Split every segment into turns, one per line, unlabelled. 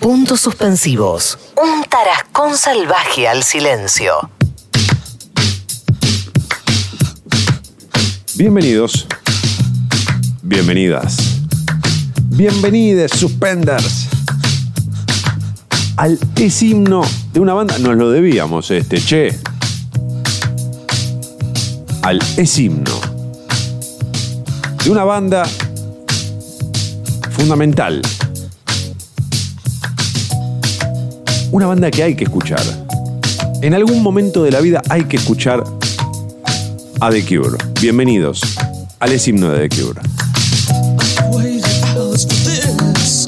puntos suspensivos. Un tarascón salvaje al silencio.
Bienvenidos. Bienvenidas. Bienvenides, suspenders. Al es himno de una banda. Nos lo debíamos este, che. Al es himno de una banda fundamental. Una banda que hay que escuchar. En algún momento de la vida hay que escuchar a The Cure. Bienvenidos al es himno de The Cure.
Waited hours for this.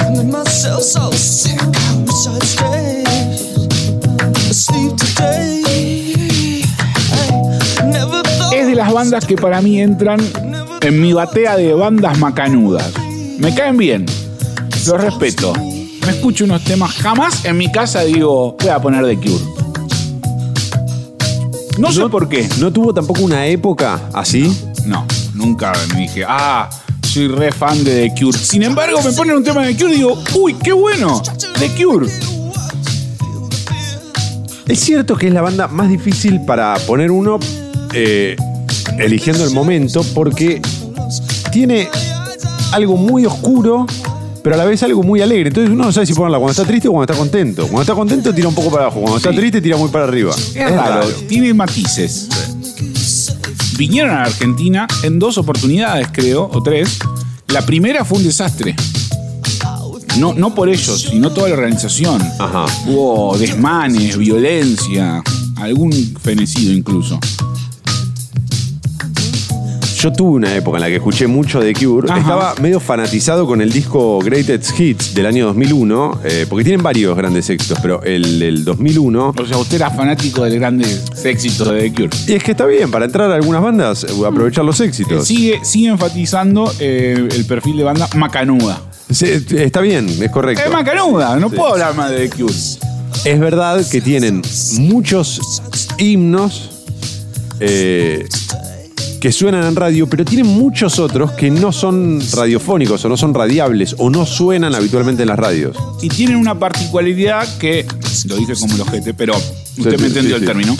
I made myself so sick. I wish I'd stayed asleep today. I never thought.
es de las bandas que para mí entran en mi batea de bandas macanudas. Me caen bien, los respeto. Me escucho unos temas, jamás en mi casa digo, voy a poner The Cure. No sé por qué.
¿No tuvo tampoco una época así?
No, nunca me dije, ah, soy re fan de The Cure. Sin embargo, me ponen un tema de The Cure y digo, uy, qué bueno, The Cure.
Es cierto que es la banda más difícil para poner uno eh, eligiendo el momento porque tiene algo muy oscuro, pero a la vez algo muy alegre. Entonces uno no sabe si ponerla cuando está triste o cuando está contento. Cuando está contento tira un poco para abajo, cuando está
Sí.
triste tira muy para arriba.
Es raro, tiene matices. Vinieron a Argentina en dos oportunidades, creo, o tres. La primera fue un desastre. No, no por ellos, sino toda la organización.
Ajá.
Hubo desmanes, violencia, algún fenecido incluso.
Yo tuve una época en la que escuché mucho de Cure.
Ajá.
Estaba medio fanatizado con el disco Greatest Hits del año 2001, eh, porque tienen varios grandes éxitos, pero el, el 2001
O sea, usted era fanático del grande éxito de The Cure.
Y es que está bien, para entrar a algunas bandas, eh, aprovechar los éxitos.
Sigue, sigue enfatizando eh, el perfil de banda macanuda.
Sí, está bien, es correcto.
Es macanuda, no
Sí.
puedo hablar más de The Cure.
Es verdad que tienen muchos himnos eh, que suenan en radio, pero tienen muchos otros que no son radiofónicos o no son radiables o no suenan habitualmente en las radios.
y tienen una particularidad que, lo dije como el ojete, pero usted
sí,
me entendió
sí,
el
sí.
término.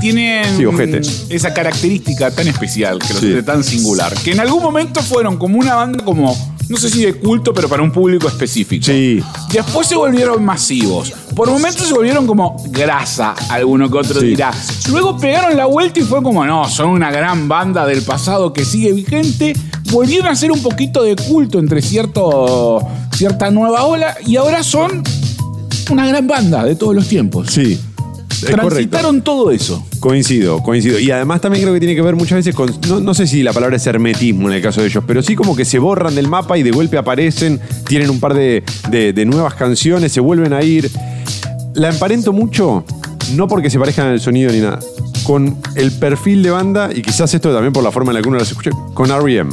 Tienen
Sí, ojete.
esa característica tan especial, que los
Sí.
hace tan singular, que en algún momento fueron como una banda como, no sé si de culto, pero para un público específico.
Sí.
Después se volvieron masivos. Por momentos se volvieron como grasa, alguno que otro
Sí.
dirá. Luego pegaron la vuelta y fue como, no, son una gran banda del pasado que sigue vigente. Volvieron a ser un poquito de culto entre cierto, cierta nueva ola y ahora son una gran banda de todos los tiempos.
Sí. Es correcto.
Transitaron todo eso.
Coincido, coincido. Y además también creo que tiene que ver muchas veces con, no, no sé si la palabra es hermetismo en el caso de ellos, pero sí como que se borran del mapa y de golpe aparecen, tienen un par de, de- de nuevas canciones, se vuelven a ir. La emparento mucho, no porque se parezcan al sonido ni nada, con el perfil de banda y quizás esto también por la forma en la que uno las escucha, con R.E.M.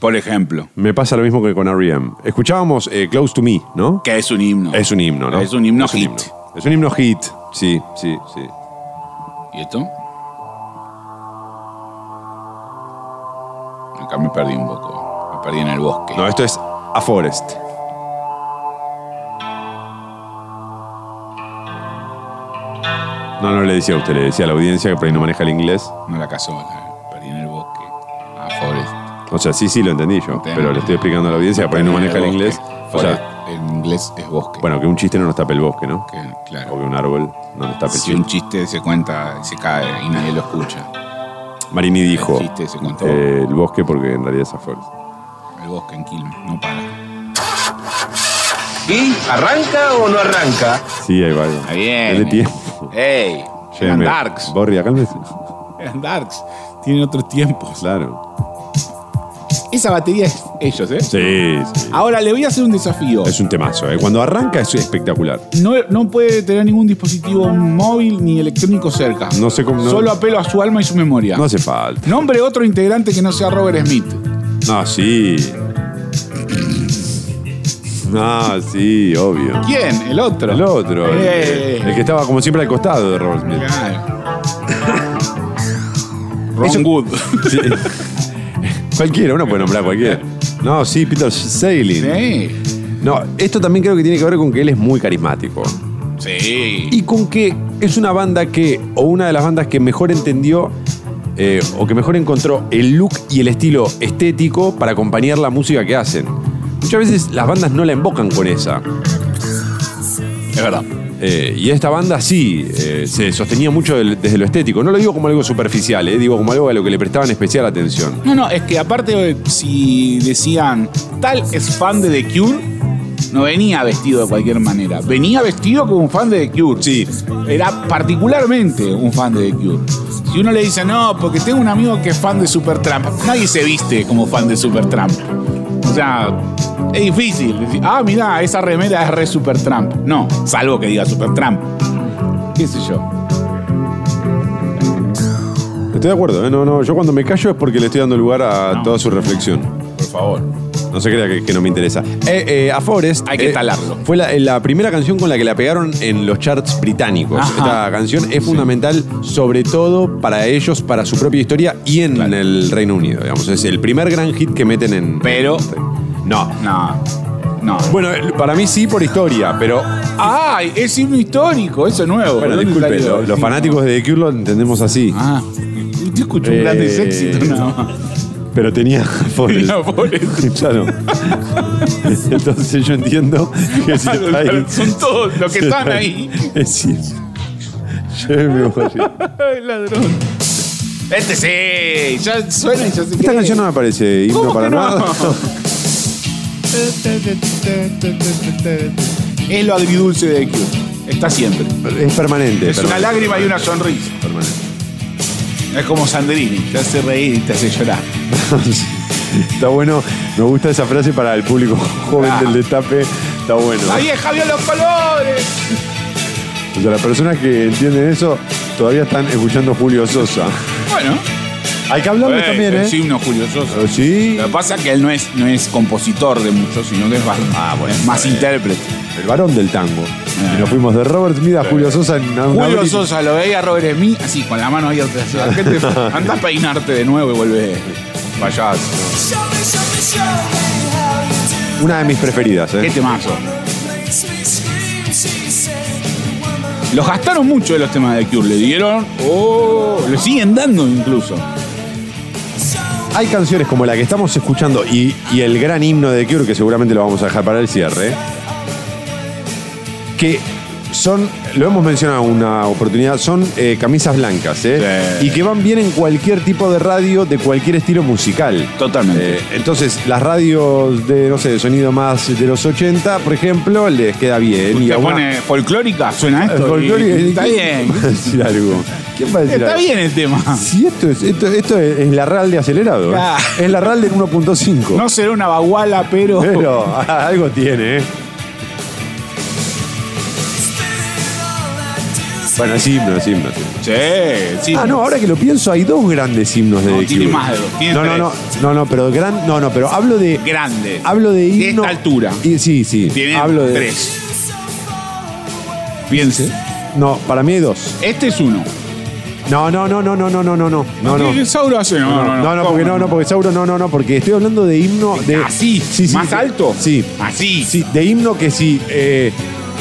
Por ejemplo,
Me pasa lo mismo que con R.E.M. Escuchábamos eh, Close to Me, ¿no?
que es un himno.
Es un himno, ¿no?
Es un himno hit.
Es un himno hit, sí, sí, sí.
¿Y esto? Acá me perdí un poco. Me perdí en el bosque.
No, esto es A Forest. No, no le decía a usted, le decía a la audiencia que por ahí no maneja el inglés.
No la cazó, la perdí en el bosque. Ah, Forest.
O sea, sí, sí, lo entendí yo.
Entiendo.
Pero le estoy explicando a la audiencia que por ahí no maneja el
Bosque.
inglés. O
Forest.
sea,
en inglés es bosque.
bueno, que un chiste no nos tape el bosque, ¿no?
Que,
O
claro.
que un árbol no nos tape el
Si un
chiste.
chiste se cuenta, se cae y nadie lo escucha.
Marini dijo
El chiste se contó.
eh, el bosque porque en realidad es a Forest.
El bosque en Quilmes, no para.
¿Y arranca o no arranca?
Sí, ahí va. ahí va.
Está bien.
Dele tiempo.
¡Ey! Eran
Llévenme.
Darks.
Borri, acálmese.
Eran Darks. Tienen otros tiempos.
Claro.
Esa batería es ellos, ¿eh?
Sí, sí.
Ahora le voy a hacer un desafío.
Es un temazo, ¿eh? Cuando arranca es espectacular.
No, no puede tener ningún dispositivo móvil ni electrónico cerca.
No sé cómo- no-
Solo apelo a su alma y su memoria.
No hace falta.
Nombre otro integrante que no sea Robert Smith.
No, sí. No, sí, obvio.
¿Quién? El otro.
El otro. el-
Eh.
El, que estaba como siempre al costado de Robert Smith.
Claro. Ron Wood.
Sí. Cualquiera, uno puede nombrar a cualquiera. No, sí, Peter Sailing.
Sí.
No, esto también creo que tiene que ver con que él es muy carismático.
Sí.
Y con que es una banda que, o una de las bandas que mejor entendió, eh, o que mejor encontró el look y el estilo estético para acompañar la música que hacen. Muchas veces las bandas no la invocan con esa.
Es verdad.
Eh, y esta banda sí, eh, se sostenía mucho del- desde lo estético. No lo digo como algo superficial, eh, digo como algo a lo que le prestaban especial atención.
No, no, es que aparte eh, si decían tal es fan de The Cure, no venía vestido de cualquier manera. Venía vestido como un fan de The Cure.
Sí.
Era particularmente un fan de The Cure. Si uno le dice, no, porque tengo un amigo que es fan de Supertramp, nadie se viste como fan de Supertramp. O sea, es difícil decir, ah, mira, esa remera es re Supertramp. No, salvo que diga Supertramp. ¿Qué sé yo?
Estoy de acuerdo, eh, no, no, yo cuando me callo es porque le estoy dando lugar a
No.
toda su reflexión.
Por favor.
No se crea que, que no me interesa. Eh, eh, a Forest.
Hay que
eh,
talarlo.
Fue la, la primera canción con la que la pegaron en los charts británicos.
Ajá.
Esta canción es fundamental, sobre todo para ellos, para su propia historia y en
Claro.
el Reino Unido. Digamos. Es el primer gran hit que meten en.
Pero,
No.
no, no.
Bueno, eh, para mí sí por historia, pero.
¡Ay! Es himno histórico, eso es nuevo.
Bueno,
¿Dónde
disculpe,
salió?
lo- los
Sí,
fanáticos
no.
de The Cure lo entendemos así.
Ah, yo escucho un
Eh,
grandes éxitos nada más.
Pero tenía Forest.
Tenía Forest.
Claro. Entonces yo entiendo que si
Claro,
está ahí,
claro, Son todos los que están ahí.
Es decir, llévenme vos allí.
Ay, ladrón. Este sí, ya suena y ya se
Esta canción no me parece himno
¿Cómo
para
que no?
nada.
Es lo agridulce de Q. Está siempre.
Es permanente.
Es una
permanente.
lágrima y una sonrisa.
Permanente.
Es como Sandrini, te hace reír y te hace llorar.
Está bueno, me gusta esa frase para el público joven
Ah.
del destape. Está bueno.
¡La vieja vio los colores!
O sea, las personas que entienden eso todavía están escuchando Julio Sosa.
Bueno.
Hay que hablarle
Eh,
también, ¿eh?
Es himno Julio Sosa.
Eh, Sí,
Lo que pasa es que él no es, no es compositor de muchos, sino que es más,
Ah,
es más intérprete.
el varón del tango. Y nos fuimos de Robert Smith a Julio Sosa en una- una
Julio
brisa.
Sosa lo veía a Robert Smith así, con la mano abierta. así, "Ah, ¿qué te- Anda a peinarte de nuevo y vuelve payaso.
Una de mis preferidas,
Qué
¿eh?
temazo. Los gastaron mucho de los temas de Cure. Le dieron. ¡Oh! Lo siguen dando incluso.
Hay canciones como la que estamos escuchando y, y el gran himno de Cure, que seguramente lo vamos a dejar para el cierre, que son, lo hemos mencionado en una oportunidad, son eh, camisas blancas, ¿eh?
Sí.
Y que van bien en cualquier tipo de radio, de cualquier estilo musical.
Totalmente.
Eh, entonces, las radios de, no sé, de sonido más de los 80, por ejemplo, les queda bien.
Usted
a una- Eh,
pone folclórica, suena
El
esto.
folclore-
y- está
¿quién
bien.
va a decir algo? ¿Quién va a decir
Está
algo?
bien el tema.
Si esto es, esto, esto es, es la RAL de acelerado. ¿eh?
Ah.
Es la RAL de 1.5.
No será una baguala, pero.
Pero ah, algo tiene, ¿eh? Bueno, es himno, es himno. es himno.
Sí, sí.
Ah, no, ahora que lo pienso, hay dos grandes himnos de
No,
The
tiene
Cure.
más de dos, tiene
no, no,
tres.
no, no, no, pero gran, no, no, pero hablo de
Grande.
hablo de himno
De esta altura.
Y, sí, sí.
Tiene
hablo de
tres. Piense.
No, para mí hay dos.
Este es uno.
No, no, no, no, no, no, no, no, no, no, no.
Dinosaurio hace? No, no, no.
No, no, porque no, no, porque Sauro, no, no, no, porque estoy hablando de himno de
Así,
Sí, sí,
más
de-
alto.
Sí.
Así.
Sí, de himno que si, eh,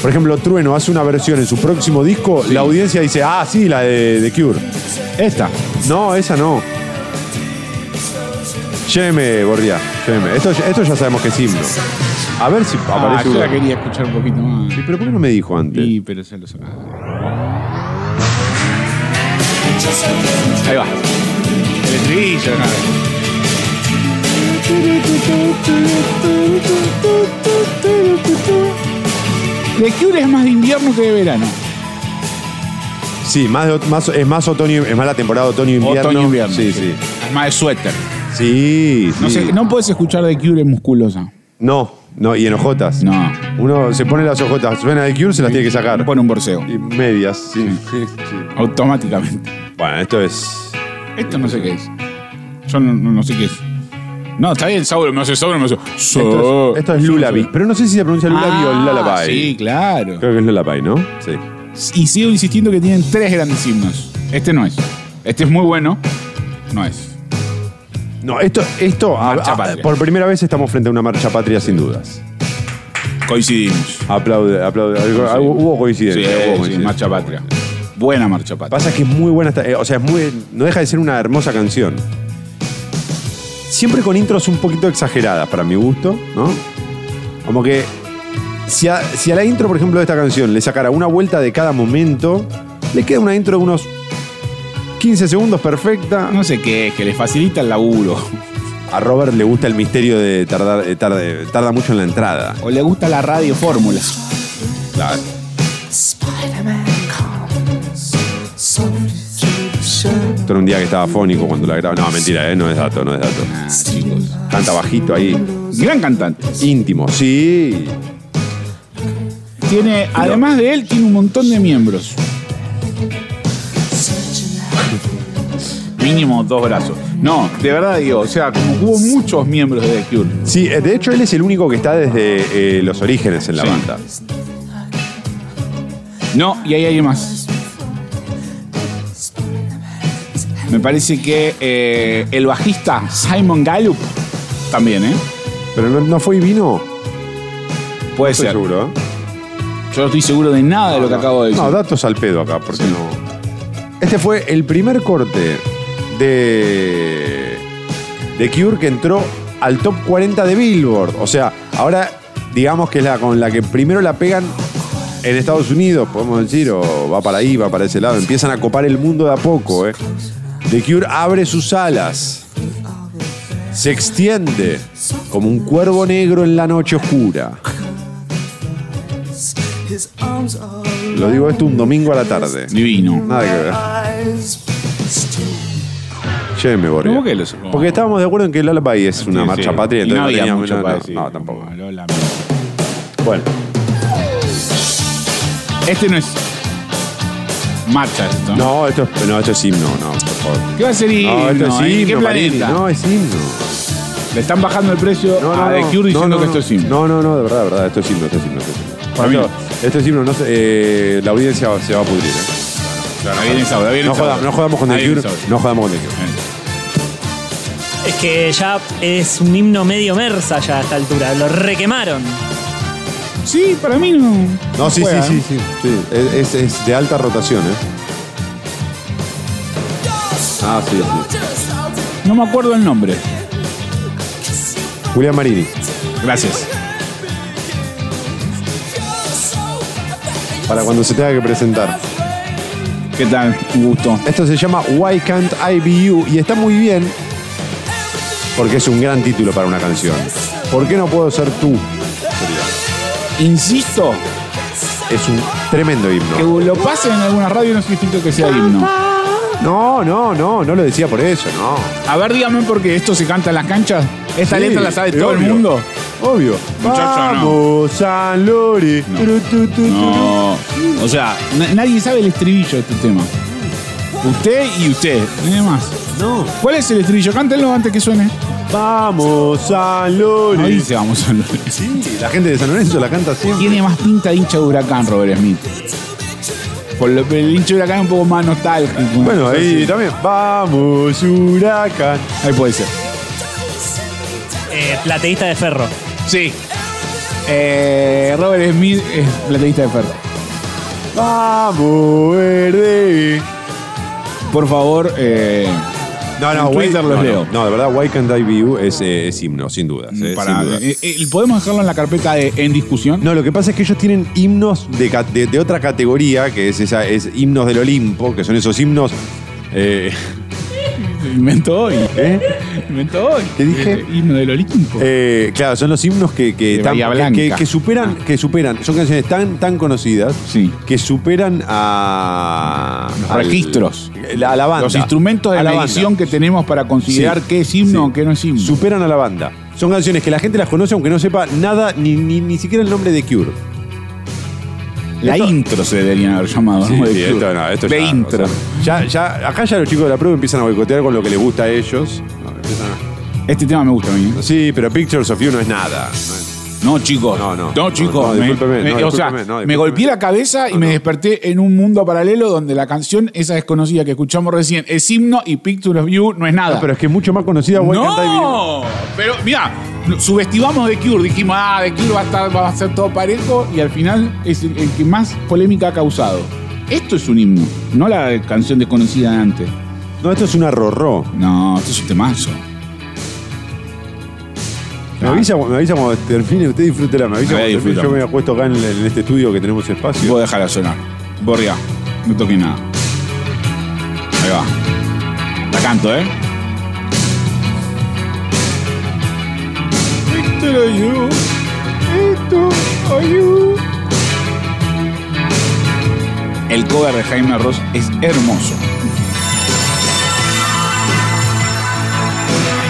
por ejemplo, Trueno hace una versión en su próximo disco, la audiencia dice, ah, sí, la de, The Cure. Esta. No, esa no. Lléveme, Bordia. Lléveme. Esto, esto ya sabemos que es himno. A ver si
Ah,
aparece
yo la
una.
quería escuchar un poquito más.
Sí, Pero ¿por qué no me dijo antes?
Sí, pero se lo sonaba. Ahí va. El estribillo. ¿no? The Cure es más de invierno que de verano.
Sí, más, de ot- más- es más otoño, es más la temporada otoño-invierno.
Otoño-invierno.
Sí, sí.
Es más de suéter.
Sí,
No,
sí.
sé, no puedes escuchar The Cure en musculosa.
No, no, y en ojotas.
No.
Uno se pone las ojotas, suena de Cure, se las tiene que sacar.
Pone un borseo.
Y medias, sí. Sí.
Automáticamente.
Bueno, esto es.
Esto no sé qué es. Yo no, no- no sé qué es. No, está bien, Sauro me hace Sauro me hace.
Esto
Oh.
es, esto es Lullaby. Pero no sé si se pronuncia Lullaby
Ah,
o Lullaby.
Sí, claro.
Creo que es Lullaby, ¿no? Sí.
Y sigo insistiendo que tienen tres grandes himnos. Este no es. Este es muy bueno. No es.
No, esto, esto a-
Marcha
a-
patria.
por primera vez estamos frente a una marcha patria sin dudas.
Coincidimos.
Aplaude, aplaude. Algo- algo- Hubo
Sí,
coincidencia. hubo
sí,
coincidencia.
marcha patria. Buena marcha patria.
Pasa que es muy buena, esta- eh, o sea, es muy, no deja de ser una hermosa canción. Siempre con intros un poquito exageradas para mi gusto, ¿no? Como que si a, si a la intro, por ejemplo, de esta canción le sacara una vuelta de cada momento, le queda una intro de unos 15 segundos perfecta.
No sé qué es, que les facilita el laburo.
A Robert le gusta el misterio de tardar, eh, tarde- tarda mucho en la entrada.
O le gusta la radio fórmula.
Claro. Esto era un día que estaba fónico cuando la grababa. No, mentira, eh, no es dato, no es dato.
Ah, chicos.
Canta bajito ahí.
Gran cantante.
Íntimo, sí.
Tiene, además de él, tiene un montón de miembros. Mínimo dos brazos. No, de verdad digo, o sea, como hubo muchos miembros de The Cure.
Sí, eh, de hecho él es el único que está desde eh, los orígenes en la
Sí.
banda.
No, y ahí hay alguien más. Me parece que eh, el bajista Simon Gallup también, ¿eh?
Pero no, no fue y vino.
Puede
Estoy
ser.
seguro. ¿eh?
Yo no estoy seguro de nada de lo que acabo de decir.
No, datos al pedo acá, porque no. Este fue el primer corte de. de Cure que entró al top 40 de Billboard. O sea, ahora digamos que es la con la que primero la pegan en Estados Unidos, podemos decir, o va para ahí, va para ese lado. Empiezan a copar el mundo de a poco, ¿eh? The Cure abre sus alas. Se extiende como un cuervo negro en la noche oscura. Lo digo esto un domingo a la tarde.
Divino.
Nada que ver. Lléveme, Borja.
¿Cómo que lo sacó?
Porque estábamos de acuerdo en que Lullaby es una
Sí,
marcha
sí.
patria.
Y no
entonces
había
teníamos-
mucho
no,
para
no,
decir.
no, tampoco.
Lo lamento.
Bueno,
Este no es marcha esto.
no, esto, es- no, esto es himno, no, por favor.
¿Qué va a ser himno?
No, esto es
eh? ¿Qué
himno, Marini,
planeta?
no, es himno.
Le están bajando el precio
No,
a
no,
The
no,
Cure Ah, diciendo
no, no, no.
que esto es himno.
No, no, no, de verdad, de verdad, esto es himno, esto es himno. Esto es himno.
Para mí no.
Esto, esto es himno, no sé, eh, la audiencia va- se va a pudrir. ¿eh?
Claro, ahí viene Saura, ahí viene
No,
Saura.
jodamos, no jodamos con
Ahí
The
viene
Cure,
Saura.
no jodamos con The Cure.
Es que ya es un himno medio mersa ya a esta altura. Lo requemaron.
Sí, para mí no.
No, sí,
juega,
sí,
¿eh?
sí, sí, sí. Es, es- es de alta rotación, ¿eh? Ah, sí, sí.
No me acuerdo el nombre.
Julián Marini.
Gracias.
para cuando se tenga que presentar.
¿Qué tal? Un gusto.
Esto se llama Why Can't I Be You y está muy bien porque es un gran título para una canción. ¿Por qué no puedo ser tú?
Insisto,
Es un tremendo
que
himno.
lo pasen en alguna radio no significa que sea himno.
No, no, no, no lo decía por eso, no.
A ver, dígame porque esto se canta en las canchas. Esta
Sí,
letra la sabe
es
todo el
obvio.
mundo.
Obvio.
Muchacho, no.
Vamos, San Lore. Tru, tu, tu, tu.
No. O sea, na- nadie sabe el estribillo de este tema. Usted y usted, nadie más.
No.
¿Cuál es el estribillo? Cántenlo antes que suene.
Vamos, San
No
Lore.
dice vamos a hablar.
Sí, la gente de San Lorenzo la canta siempre.
Tiene más pinta de hincha de huracán, Robert Smith. Por lo que el hincha de huracán es un poco más nostálgico. una
Bueno,
cosa
ahí
así.
también. Vamos, huracán.
Ahí puede ser.
Eh, plateísta de ferro.
Sí. Eh, Robert Smith es plateísta de ferro.
Vamos, verde.
Por favor, eh,
No,
En Twitter
Why-
los
no,
leo.
No, no, de verdad, Why Can't I Be You es, eh, es himno, sin duda. eh,
para-
sin duda.
eh, eh, ¿podemos dejarlo en la carpeta de en discusión?
No, lo que pasa es que ellos tienen himnos de, ca- de- de otra categoría, que es esa, es himnos del Olimpo, que son esos himnos. eh,
Inventó hoy.
¿eh?
Inventó hoy.
¿Qué dije?
El himno del Olimpo.
Eh, claro, son los himnos que, que,
De
están-
Bahía
que-
Blanca.
que- que superan, que superan, son canciones tan, tan conocidas
Sí.
que superan a
Los
al-
registros.
a la banda.
Los instrumentos de
A
la
banda.
medición que tenemos para considerar
Sí.
qué es himno
Sí.
o qué no es himno.
superan a la banda. Son canciones que la gente las conoce aunque no sepa nada, ni, ni, ni siquiera el nombre de Cure.
la
esto-
intro se deberían haber llamado. ¿no? De Cure. de
ya,
intro.
o sea, ya, ya, acá ya los chicos de la prueba empiezan a boicotear con lo que les gusta a ellos. No, empiezan a-
Este tema me gusta a mí. ¿eh?
Sí, pero Pictures of You no es nada. No es-
No, chicos.
No, no.
No, chicos.
No, no,
me-
discúlpeme,
me-
no,
o sea,
discúlpeme, no,
me
discúlpeme.
golpeé la cabeza y
No,
me
no.
desperté en un mundo paralelo donde la canción, esa desconocida que escuchamos recién, es himno y Picture of You no es nada.
No, pero es que es mucho más conocida Why Can't I Be-
No, pero mira, subestimamos de Cure, dijimos, ah, de Cure va a, estar, va a ser todo parejo y al final es el, el que más polémica ha causado. Esto es un himno, no la canción desconocida de antes.
No, esto es una rorró.
No, esto es un temazo.
Me avisa, me avisa cuando termine, usted disfrútela, me avisa
Voy a
cuando termine.
disfrutar.
Yo me apuesto acá en, el- en este estudio que tenemos
Y
espacio.
vos déjala sonar. Borria, no toque nada. Ahí va. La canto, ¿eh? El cover de Jaime Ross es hermoso.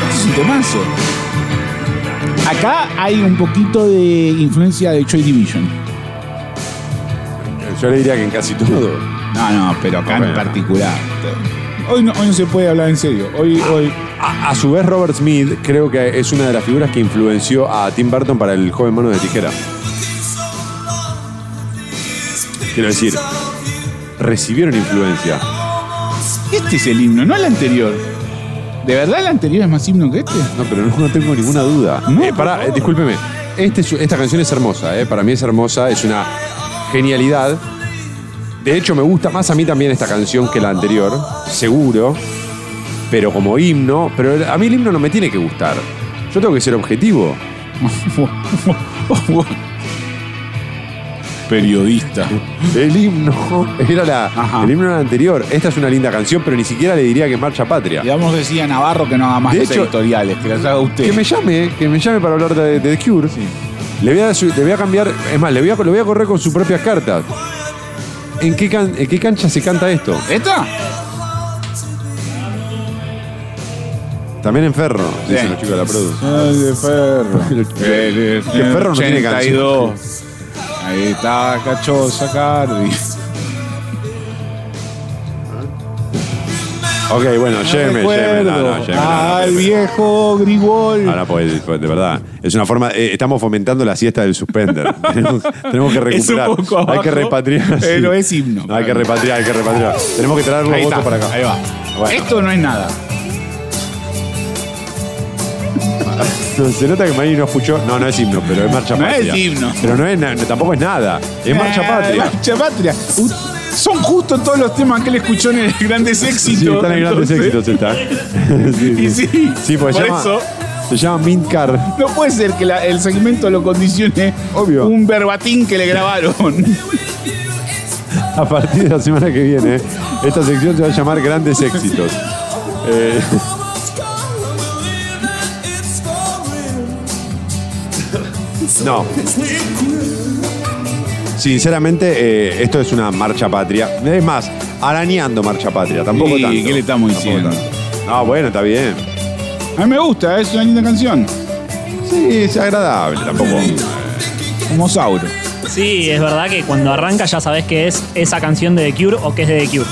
Este es un temazo. Acá hay un poquito de influencia de Joy Division.
Yo le diría que en casi todo.
No, no, pero acá en
Bueno.
particular. Hoy no, hoy no se puede hablar en serio. Hoy, hoy.
A, a su vez, Robert Smith creo que es una de las figuras que influenció a Tim Burton para el joven mano de tijera. Quiero decir, recibieron influencia.
Este es el himno, no el anterior. ¿De verdad el anterior es más himno que este?
No, pero no, no tengo ninguna duda.
No,
Eh,
por
pará,
favor.
eh, discúlpeme. Este es- esta canción es hermosa, eh, para mí es hermosa, es una genialidad. De hecho, me gusta más a mí también esta canción que la anterior, seguro, pero como himno. Pero a mí el himno no me tiene que gustar. Yo tengo que ser objetivo.
Periodista.
El himno era la,
Ajá.
el himno era la anterior. Esta es una linda canción, pero ni siquiera le diría que es Marcha Patria.
Digamos decía Navarro que no haga más
De
los
hecho,
editoriales, que las haga usted.
Que me llame, que me llame para hablar de, de The Cure. Le voy, a, su- le voy a cambiar, es más, le voy a, lo voy a correr con sus propias cartas. ¿En qué, can- en qué cancha se canta esto?
¿Esta?
También en Ferro, dicen
Sí.
los chicos de la Produce.
El de Ferro. El de
Que Ferro no tiene canción.
82. Ahí está Cachosa Cardi.
Ok, bueno, lléveme, lléveme. No, no, lléveme. no, no,
Al
no,
viejo Grigol.
Ahora, pues, pues, de verdad, es una forma. eh, estamos fomentando la siesta del suspender. tenemos, tenemos que
Es un
recuperar.
poco
hay
abajo,
que repatriar. sí.
pero es himno.
No, hay que repatriar, hay que repatriar. Tenemos que traer los
Ahí
votos
está,
para acá.
ahí va.
Bueno.
Esto no es nada.
Se nota que Marini no escuchó. No, no es himno, pero es marcha
No es
patria.
himno.
Pero no es, na- tampoco es nada. Es marcha
Eh,
patria.
Marcha Patria. U- Son justo todos los temas que él escuchó en el Grandes Éxitos.
Sí, están en grandes éxitos,
entonces,
está. sí,
Y sí,
Sí, porque
por
se llama-
eso.
se llama Mint Car.
No puede ser que la- el segmento lo condicione
Obvio.
un verbatín que le grabaron.
A partir de la semana que viene, esta sección se va a llamar Grandes Éxitos. Eh, no. Sinceramente, eh, esto es una marcha patria. Es más, arañando marcha patria. Tampoco
Sí,
tanto.
¿qué le estamos
Tampoco
diciendo?
tanto. No, bueno, está bien.
A mí me gusta, ¿eh? es una linda canción.
Sí, es agradable, tampoco.
Como Sauro.
Sí, es verdad que cuando arranca ya sabes que es esa canción de The Cure o que es de The Cure.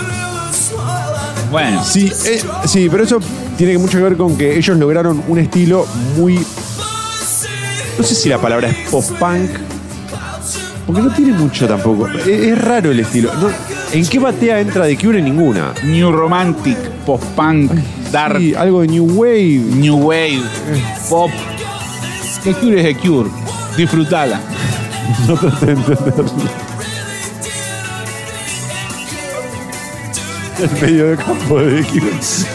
Bueno.
Sí, eh, sí, pero eso tiene mucho que ver con que ellos lograron un estilo muy. No sé si la palabra es pop-punk. Porque no tiene mucho tampoco. Es, es raro el estilo. No- ¿En qué batea entra de Cure? En Ninguna.
New Romantic, post-punk, dark,
Sí, algo de New Wave.
new wave, pop. The Cure es The Cure. Disfrutala.
El medio de campo de The Cure.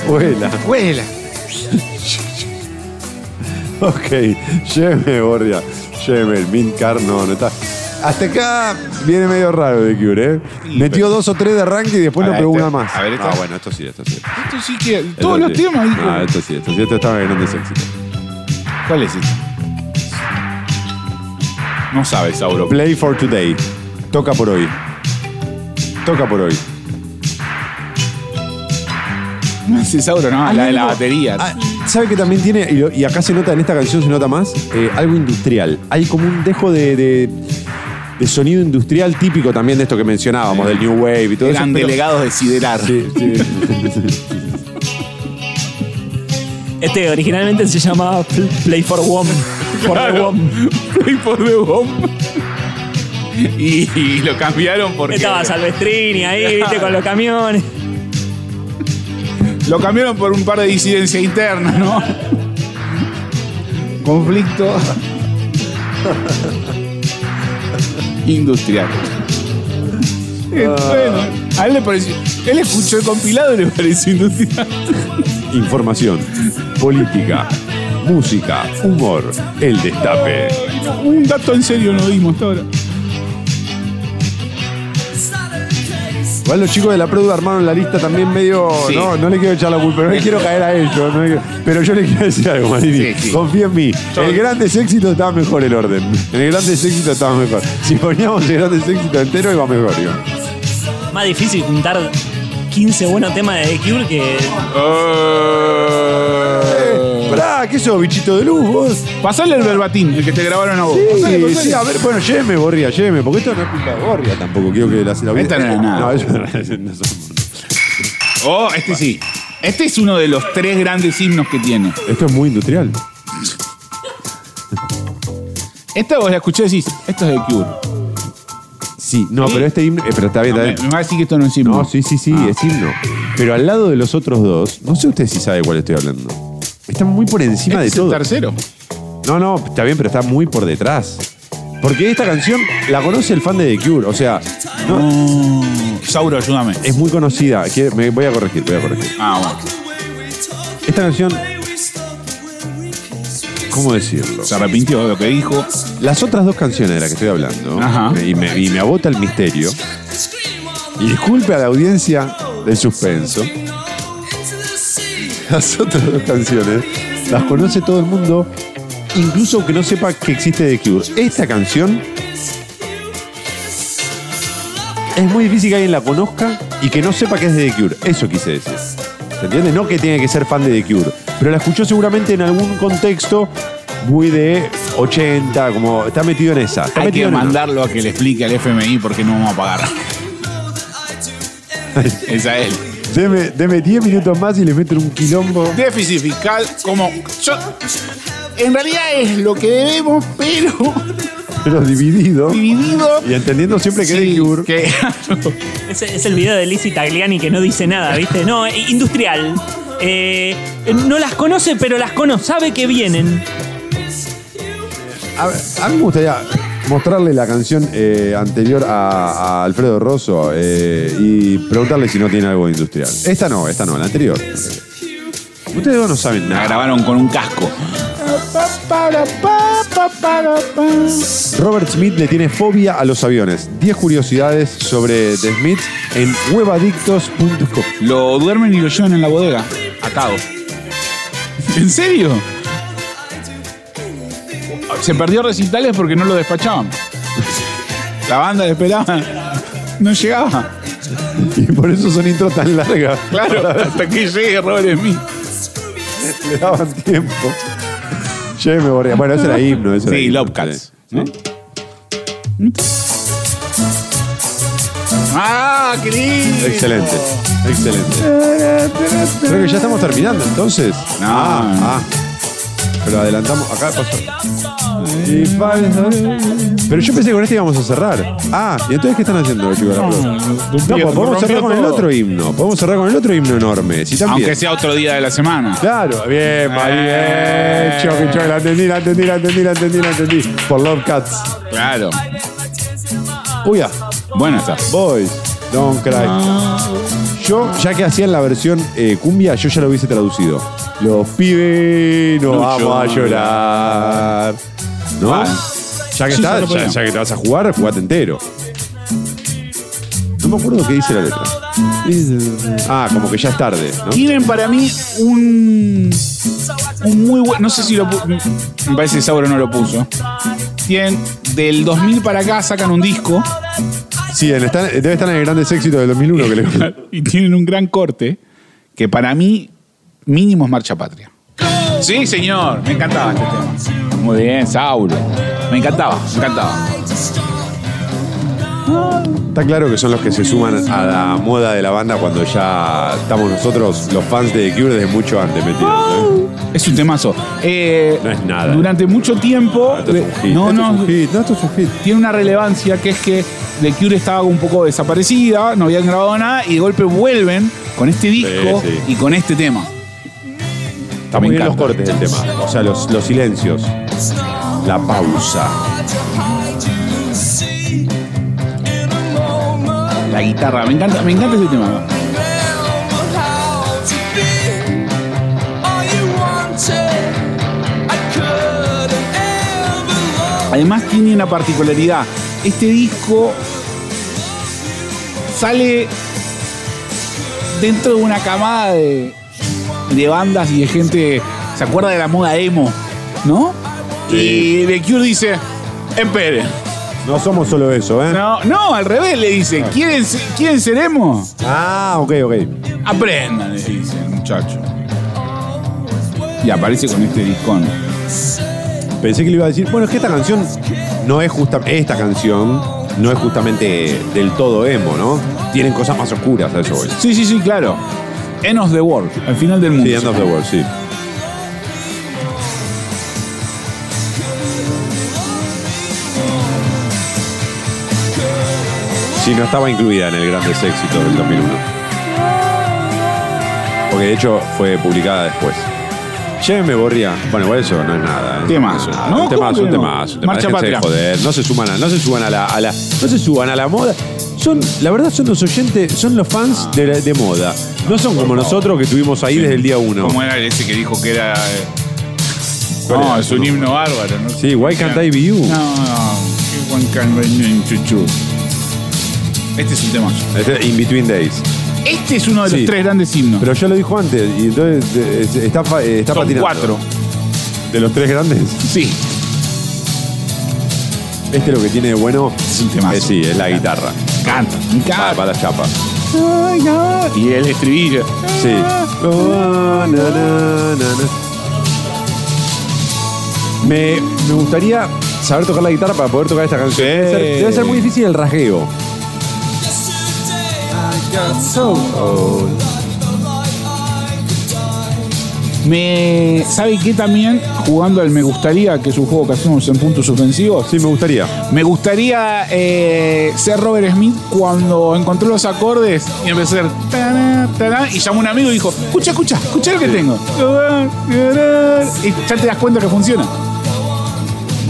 Vuela.
Huela.
Ok, lléveme, Borgia. Lléveme, el Mint Car no, no está. Hasta acá viene medio raro de Cure, ¿eh? Metió dos o tres de arranque y después no
Ahora,
pegó
este-
una más.
a ver, esta.
Ah, bueno, esto sí, esto sí.
Esto sí que.
Esto
Todos los
sí.
temas. dijo.
Ah, esto sí, esto sí, esto estaba en grandes éxitos.
¿Cuál es ese? No sabes, Sauro.
Play for today. Toca por hoy. Toca por hoy.
No es Sauro, no, la de la
Algo-
batería.
Ah, ¿Sabe que también tiene? Y, lo- y acá se nota, en esta canción se nota más, eh, algo industrial. Hay como un dejo de, de- de sonido industrial típico también de esto que mencionábamos, del New Wave y todo
Eran
eso. pero-
delegados de Siderar.
Sí, sí.
Este originalmente se llamaba Pl- Play for Woman.
for
Ah,
the Bomb. Play for the Bomb. Y, y lo cambiaron porque.
Estaba Salvestrini ahí, viste, con los camiones.
Lo cambiaron por un par de disidencia interna, ¿no? Conflicto industrial. Eh,
Ah.
Bueno, a él le pareció. Él escuchó el compilado y le pareció industrial.
Información, política, música, humor, el destape.
Ay, no, un dato en serio no dimos hasta ahora.
Igual los chicos de la Produ armaron la lista también medio.
Sí.
No, no le quiero echar la culpa, no le quiero caer a ellos. no le quiero- Pero yo le quiero decir algo, Manini.
Sí, sí.
Confía en mí. El grandes éxito estaba mejor el orden. El grandes éxito estaba mejor. Si poníamos el grandes éxito entero, iba mejor. iba.
Más difícil juntar 15 buenos temas de The Cure que.
Eh, pará, ¿qué sos, bichito de luz vos?
Pasale el verbatín, el que te grabaron a vos. Pasale,
Sí,
pasale.
sí, a ver, bueno, lléveme, Borria, lléveme, porque esto no es culpa de Borria tampoco, quiero que la, la vida-
Esta no era nada.
No, eso no era- no son-
Oh, este sí. Este es uno de los tres grandes himnos que tiene.
esto es muy industrial.
Esta vos la escuché y decís, esto es de Cure.
Sí, no,
Sí.
pero este himno, eh, pero está bien,
No,
está
me,
bien.
me va a decir que esto no es himno.
No, sí, sí, sí, es himno. Pero al lado de los otros dos, no sé usted si sabe de cuál estoy hablando. Están muy por encima
Este
de
es el
todo.
tercero.
No, no, está bien, pero está muy por detrás. Porque esta canción la conoce el fan de The Cure, o sea, no,
Mm. Sauro, ayúdame.
es muy conocida. Que- me voy a corregir, voy a corregir.
Ah, bueno.
Esta canción, ¿cómo decirlo?
Se arrepintió de lo que dijo.
Las otras dos canciones de las que estoy hablando,
Ajá.
y me, y me abota el misterio, y disculpe a la audiencia del suspenso, las otras dos canciones las conoce todo el mundo, incluso que no sepa que existe The Cure. Esta canción es muy difícil que alguien la conozca y que no sepa que es de The Cure. Eso quise decir. ¿Se entiende? No que tiene que ser fan de The Cure, pero la escuchó seguramente en algún contexto muy de 80, como está metido en esa. Está
Hay
metido
que
en una.
mandarlo a que le explique al FMI porque no vamos a pagar. es a él.
Deme, deme 10 minutos más y le meten un quilombo.
Déficit fiscal, como. Yo, en realidad es lo que debemos, pero
Pero dividido.
dividido.
Y entendiendo siempre que
Sí,
The Cure.
que-
Es, es el video de Lizzie Tagliani que no dice nada, ¿viste? No, eh, industrial. Eh, no las conoce, pero las conoce, sabe que vienen.
A, ver, a mí me gustaría mostrarle la canción eh, anterior a, a Alfredo Rosso eh, y preguntarle si no tiene algo industrial. Esta no, esta no, la anterior. Ustedes dos no saben
La
nada.
grabaron con un casco.
Robert Smith le tiene fobia a los aviones. 10 curiosidades sobre The Smith en huevadictos.com.
Lo duermen y lo llevan en la bodega. Atado. ¿En serio? Se perdió recitales porque no lo despachaban. La banda le esperaba. No llegaba.
Y por eso son intro tan largas.
Claro, hasta que llegue Robert Smith.
Le daban tiempo. Che, me borré. Bueno, ese era himno. Ese era
Sí,
himno.
Lobcats.
Sí.
¡Ah, qué lindo!
Excelente, excelente. Creo que ya estamos terminando entonces.
No.
Ah, ah. Pero adelantamos. Acá pasó. Y pa- Pero yo pensé que con este íbamos a cerrar. Ah, ¿y entonces qué están haciendo los chicos de la Pro? No, pues podemos cerrar con el otro himno. Podemos cerrar con el otro himno enorme. Si Eh. también.
Aunque sea otro día de la semana.
Claro, bien, Mari, bien.
Eh.
Choque, choque, la entendí, la entendí, la entendí, la entendí, la entendí. Por Love Cats.
Claro.
Uy, ah.
Bueno está.
Boys, don't cry. Yo, ya que hacían la versión eh, cumbia, yo ya lo hubiese traducido. Los pibes no,
No
vamos a llorar. ¿No?
Vale.
Ya que
Sí, ya
estás, ya,
lo ponemos.
ya que te vas a jugar, jugate entero. No me acuerdo qué dice la letra. Ah, como que ya es tarde, ¿no?
Tienen para mí un, un muy buen. No sé si lo. pu- Me parece que Sauro no lo puso. Tienen. Del 2000 para acá sacan un disco.
Sí, en- está- debe estar en el grandes éxitos del 2001 que le
y tienen un gran corte. Que para mí, mínimo es Marcha Patria. Sí, señor. Me encantaba este tema. Muy bien, Sauro. Me encantaba, me encantaba.
Está claro que son los que se suman a la moda de la banda cuando ya estamos nosotros, los fans de The Cure, desde mucho antes, ¿me entiendes?
Es un temazo. Eh,
No es nada.
Durante mucho tiempo.
Esto es un hit.
No,
esto es
no.
un hit, no, esto es un hit.
Tiene una relevancia que es que The Cure estaba un poco desaparecida, no habían grabado nada y de golpe vuelven con este disco
sí.
y con este tema.
Está
Me
muy bien los
encanta.
cortes del tema. O sea, los, los silencios. La pausa.
La guitarra, me encanta, me encanta este tema. Además tiene una particularidad. Este disco sale dentro de una camada de, de bandas y de gente. ¿Se acuerda de la moda emo? ¿No? Y The Cure dice. Empere.
No somos solo eso, ¿eh?
No, no, al revés le dice. ¿Quieren, se- ¿Quieren ser emo?
Ah, ok, ok.
Aprendan, le dice el muchacho. Y aparece con este discón.
Pensé que le iba a decir, bueno, es que esta canción no es justa, esta canción no es justamente del todo emo, ¿no? Tienen cosas más oscuras, a eso voy.
Sí, sí, sí, claro. End of the World, al final del mundo.
Sí, End of the World, sí. Sí, no estaba incluida en el Grandes Éxitos del 2001. Porque de hecho fue publicada después. Che, me borría. Bueno, igual eso no es nada. ¿eh?
Temazo,
Eso
¿no?
Un temazo,
¿Cómo
un
que no?
temazo. un temazo.
Marcha
Déjense de
patria.
joder. No se suman a, no se suban a la, a la- no se suban a la moda. Son, la verdad son los oyentes, son los
Ah.
fans de, la- de moda. No son como nosotros que tuvimos ahí desde el día uno.
Como era ese que dijo que era. eh?
¿Cuál
No,
era?
es un himno bárbaro, ¿no?
Sí, Why Can't I Be You?
No, no. qué Juan Carmen Chuchu. Este es un tema.
Este, In Between Days.
Este es uno de los
Sí.
tres grandes himnos.
Pero ya lo dijo antes, y entonces de- es- está, fa- eh, está
Son
patinando.
cuatro.
De los tres grandes,
Sí.
este lo que tiene de bueno
Es un temazo.
eh, sí, es la guitarra.
Canta.
Para,
me encanta.
para la chapa.
Y el estribillo.
Sí. Oh, na, na, na, na. Me, me gustaría saber tocar la guitarra para poder tocar esta canción. Debe, ser, debe ser muy difícil el rasgueo.
Me. ¿Sabe qué también? Jugando al Me Gustaría, que es un juego que hacemos en puntos ofensivos.
Sí, me gustaría.
Me gustaría eh, ser Robert Smith cuando encontró los acordes y empecé a hacer tará, tará, y llamó a un amigo y dijo, escucha, escucha, escucha lo que tengo. Y ya te das cuenta que funciona.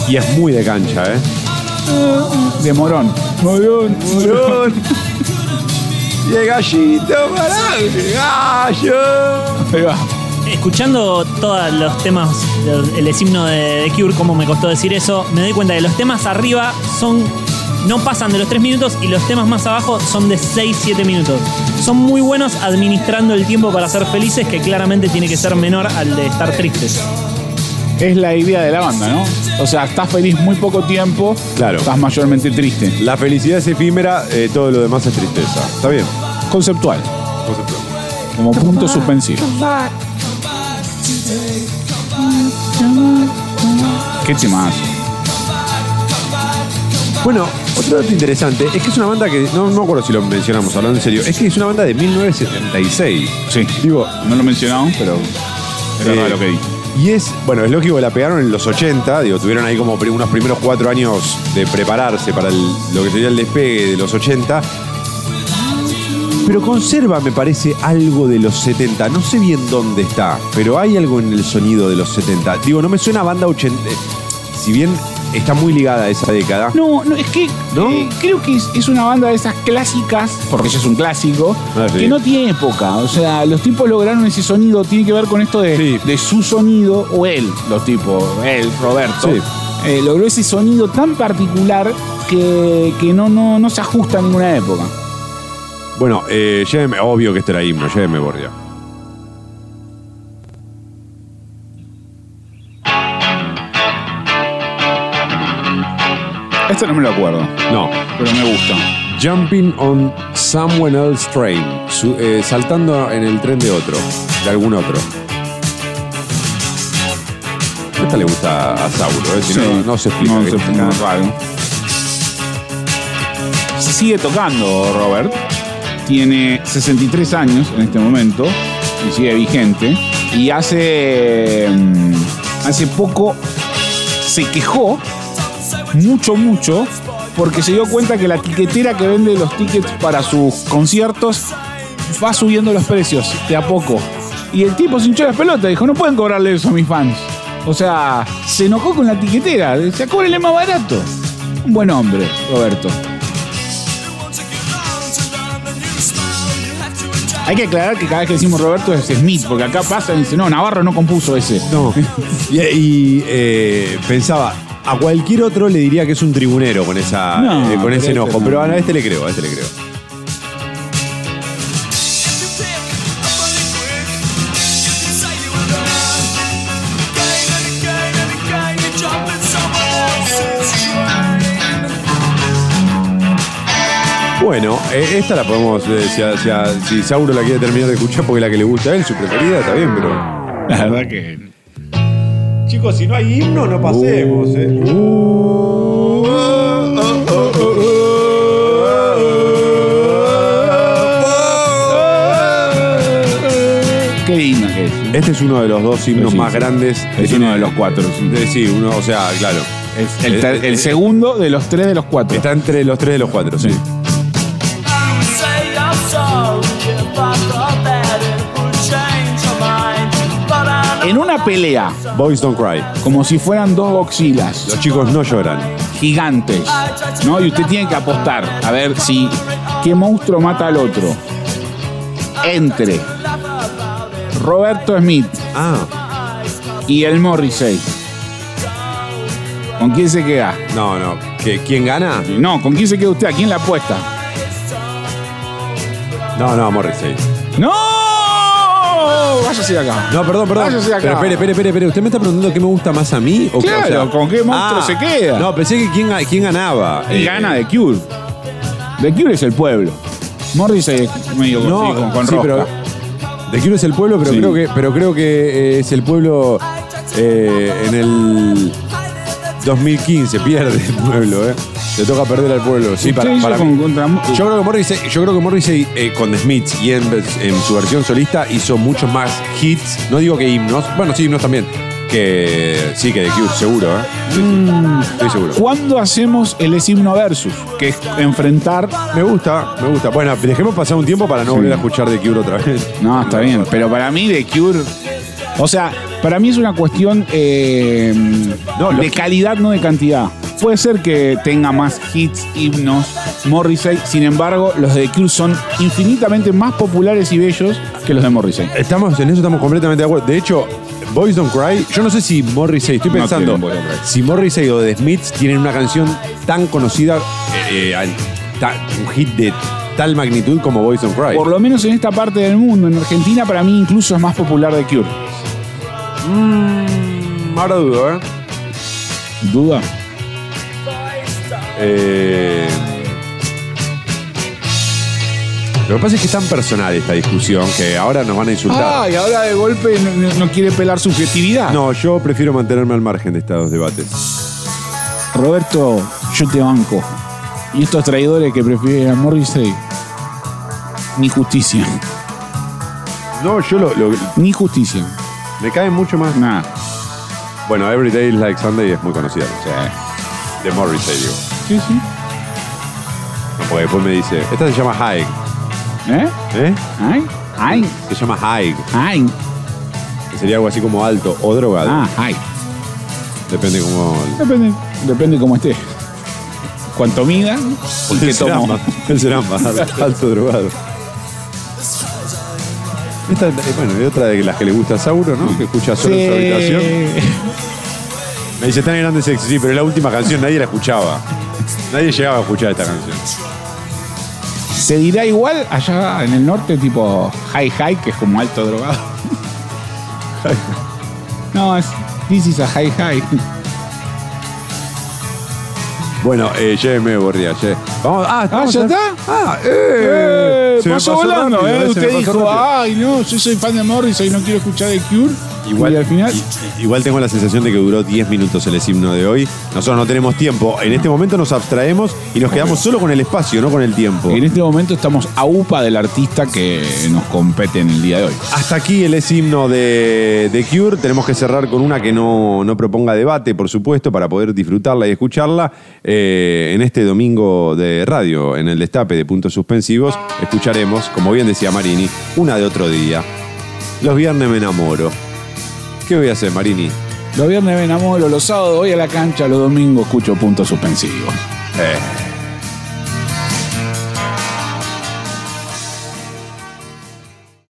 Y es muy de cancha, ¿eh?
De morón. Morón, morón.
Y el gallito para el gallo.
Ahí va.
Escuchando todos los temas, los- el himno de The Cure, como me costó decir eso, me doy cuenta que los temas arriba son. No pasan de los 3 minutos y los temas más abajo son de 6-7 minutos. Son muy buenos administrando el tiempo para ser felices, que claramente tiene que ser menor al de estar tristes.
Es la idea de la banda, ¿no? O sea, estás feliz muy poco tiempo,
Claro.
estás mayormente triste.
La felicidad es efímera, eh, todo lo demás es tristeza. Está bien.
Conceptual, como punto suspensivo. ¿Qué tema hace?
Bueno, otro dato interesante es que es una banda que, no, no me acuerdo si lo mencionamos, hablando en serio, es que es una banda de 1976.
Sí.
Digo,
No lo mencionaron, pero es
eh,
verdad lo que di.
Y es, bueno, es lógico que la pegaron en los 80, digo, tuvieron ahí como pri- unos primeros cuatro años de prepararse para el- lo que sería el despegue de los 80. Pero conserva, me parece, algo de los 70. No sé bien dónde está, pero hay algo en el sonido de los 70. Digo, no me suena a banda 80. Si bien está muy ligada a esa década.
No, no, es que
¿No?
eh, creo que es, es una banda de esas clásicas, porque ya es un clásico,
Ah, sí.
que no tiene época. O sea, los tipos lograron ese sonido, tiene que ver con esto de,
Sí.
de su sonido, o él, los tipos, él, Roberto.
Sí.
eh, logró ese sonido tan particular que, que no, no, no se ajusta a ninguna época.
Bueno, eh, lléveme, obvio que este era himno, lléveme Borgia.
Esto no me lo acuerdo,
No.
pero me gusta.
Jumping on someone else train. Su- eh, saltando en el tren de otro, de algún otro. Esta le gusta a Sauro, ¿eh? Si no, no se explica.
No
que
se
esté
explica,
acá.
raro. Sigue tocando Robert. Tiene 63 años en este momento. y sigue vigente. Y hace, mm, hace poco se quejó mucho, mucho, porque se dio cuenta que la tiquetera que vende los tickets para sus conciertos va subiendo los precios de a poco. Y el tipo se hinchó las pelotas, dijo, no pueden cobrarle eso a mis fans. O sea, se enojó con la tiquetera, decía, cóbrele más barato. Un buen hombre, Roberto. Hay que aclarar que cada vez que decimos Roberto es Smith, porque acá pasa y dice, no, Navarro no compuso ese.
No. Y, y, eh, pensaba, a cualquier otro le diría que es un tribunero con, esa,
No,
eh, con
pero
ese
este
enojo,
no.
pero a este le creo, a este le creo. Bueno, eh, esta la podemos, eh, si, a- si a- si Sauro la quiere terminar de escuchar porque es la que le gusta a él, su preferida, está bien, pero...
La verdad que...
Chicos, si no hay himno, no pasemos, eh.
Uh. Qué lindo que es.
Este es uno de los dos himnos
Sí,
más
sí.
grandes. que
Es
tiene-
uno de los cuatro.
Eh, Sí, uno, o sea, claro.
Es el, ter- el segundo de los tres de los cuatro.
Está entre los tres de los cuatro, sí.
Sí. En una pelea,
Boys Don't Cry.
como si fueran dos
Los
boxilas
chicos no lloran.
gigantes, ¿no? Y usted tiene que apostar a ver si qué monstruo mata al otro. Entre Roberto Smith
Ah,
y el Morrissey. ¿Con quién se queda?
no, no. ¿Que- ¿Quién gana?
No, ¿con quién se queda usted? ¿A quién la apuesta?
No, no, Morrissey.
¡No! Váyase de acá.
No, perdón, perdón.
Váyase de acá.
Pero espere, espere, espere, espere. ¿Usted me está preguntando qué me gusta más a mí? ¿O qué?
Claro, ¿con qué monstruo se queda?
No, pensé que quién, ga- quién ganaba.
Y
Eh,
gana The Cure. The Cure es el pueblo. Morrissey es medio
No,
sí, con, con
sí,
rosca.
pero. De Quiero es el pueblo, pero
Sí.
creo que, pero creo que eh, es el pueblo eh, en el 2015. Pierde el pueblo, ¿eh? Le toca perder al pueblo. Sí,
Usted
para,
hizo
para
con-
mí.
contra-
Yo creo que Morrissey, yo creo que Morrissey eh, con The Smiths y en, en su versión solista hizo muchos más hits, no digo que himnos, bueno, sí, himnos también, que sí, que de Cure, seguro, ¿eh? Sí, sí,
Mm.
estoy seguro.
¿Cuándo hacemos el es himno versus? Que es enfrentar.
Me gusta, me gusta. Bueno, dejemos pasar un tiempo para no volver a escuchar de Cure otra vez.
No, está bien. Pero para mí The Cure. O sea, para mí es una cuestión eh,
No, lo-
de calidad, no de cantidad. Puede ser que tenga más hits, himnos, Morrissey. Sin embargo, los de The Cure son infinitamente más populares y bellos que los de Morrissey.
Estamos, en eso estamos completamente de acuerdo. De hecho, Boys Don't Cry, yo no sé si Morrissey, estoy
No
pensando,
tienen Boys Don't Cry.
si Morrissey o The Smiths tienen una canción tan conocida, eh, eh, al- ta- un hit de tal magnitud como Boys Don't Cry.
Por lo menos en esta parte del mundo, en Argentina, para mí incluso es más popular The Cure.
ahora dudo, ¿eh?
¿Duda?
Eh, Lo que pasa es que es tan personal esta discusión que ahora nos van a insultar.
Ah, y ahora de golpe no, no- no quiere pelar subjetividad.
No, yo prefiero mantenerme al margen de estos debates.
Roberto, yo te banco. Y estos traidores que prefieren a Morrissey, ni justicia.
No, yo lo, lo-
Ni justicia.
me caen mucho más.
Nada.
Bueno, Every Day is Like Sunday es muy conocida.
Sí.
De Morrissey, digo.
Sí, sí.
No, Porque después me dice, esta se llama Haig.
¿Eh?
¿Eh?
¿Ay? ¿Ay?
Se llama Haig,
¿Ay?
que sería algo así como alto o drogado.
Ah, ay.
Depende como...
Depende. Depende cómo esté. Cuanto mida y qué
será
tomo.
más- él será más alto drogado. Esta, eh, bueno, y otra de las que le gusta a Sauro, ¿no? Que escucha solo en su habitación. Me dice, tan grande sexy, sí, pero la última canción nadie la escuchaba. Nadie llegaba a escuchar esta canción.
Se dirá igual allá en el norte, tipo high high, que es como alto drogado. no, es this is a high high.
Bueno, eh, lléveme, Borría, lle- Vamos, ah, estamos
¿ya
en-
está?
Ah, eh, se me
pasó
rápido,
volando,
eh,
¿eh?
se me
Usted
pasó
dijo,
rápido.
ay, no, yo soy fan de Morrissey y no quiero escuchar de Cure.
Igual,
Y al final-
i- igual tengo la sensación de que duró 10 minutos el himno de hoy. Nosotros no tenemos tiempo. En este momento nos abstraemos y nos quedamos solo con el espacio, no con el tiempo.
En este momento estamos a UPA del artista que nos compete en el día de hoy.
Hasta aquí el es himno de, de Cure. Tenemos que cerrar con una que no, no proponga debate, por supuesto, para poder disfrutarla y escucharla. Eh, en este domingo de radio, en el destape de puntos suspensivos, escucharemos, como bien decía Marini, una de otro día. Los viernes me enamoro. ¿Qué voy a hacer, Marini?
Los viernes me enamoro, los sábados voy a la cancha, los domingos escucho puntos suspensivos.
Eh,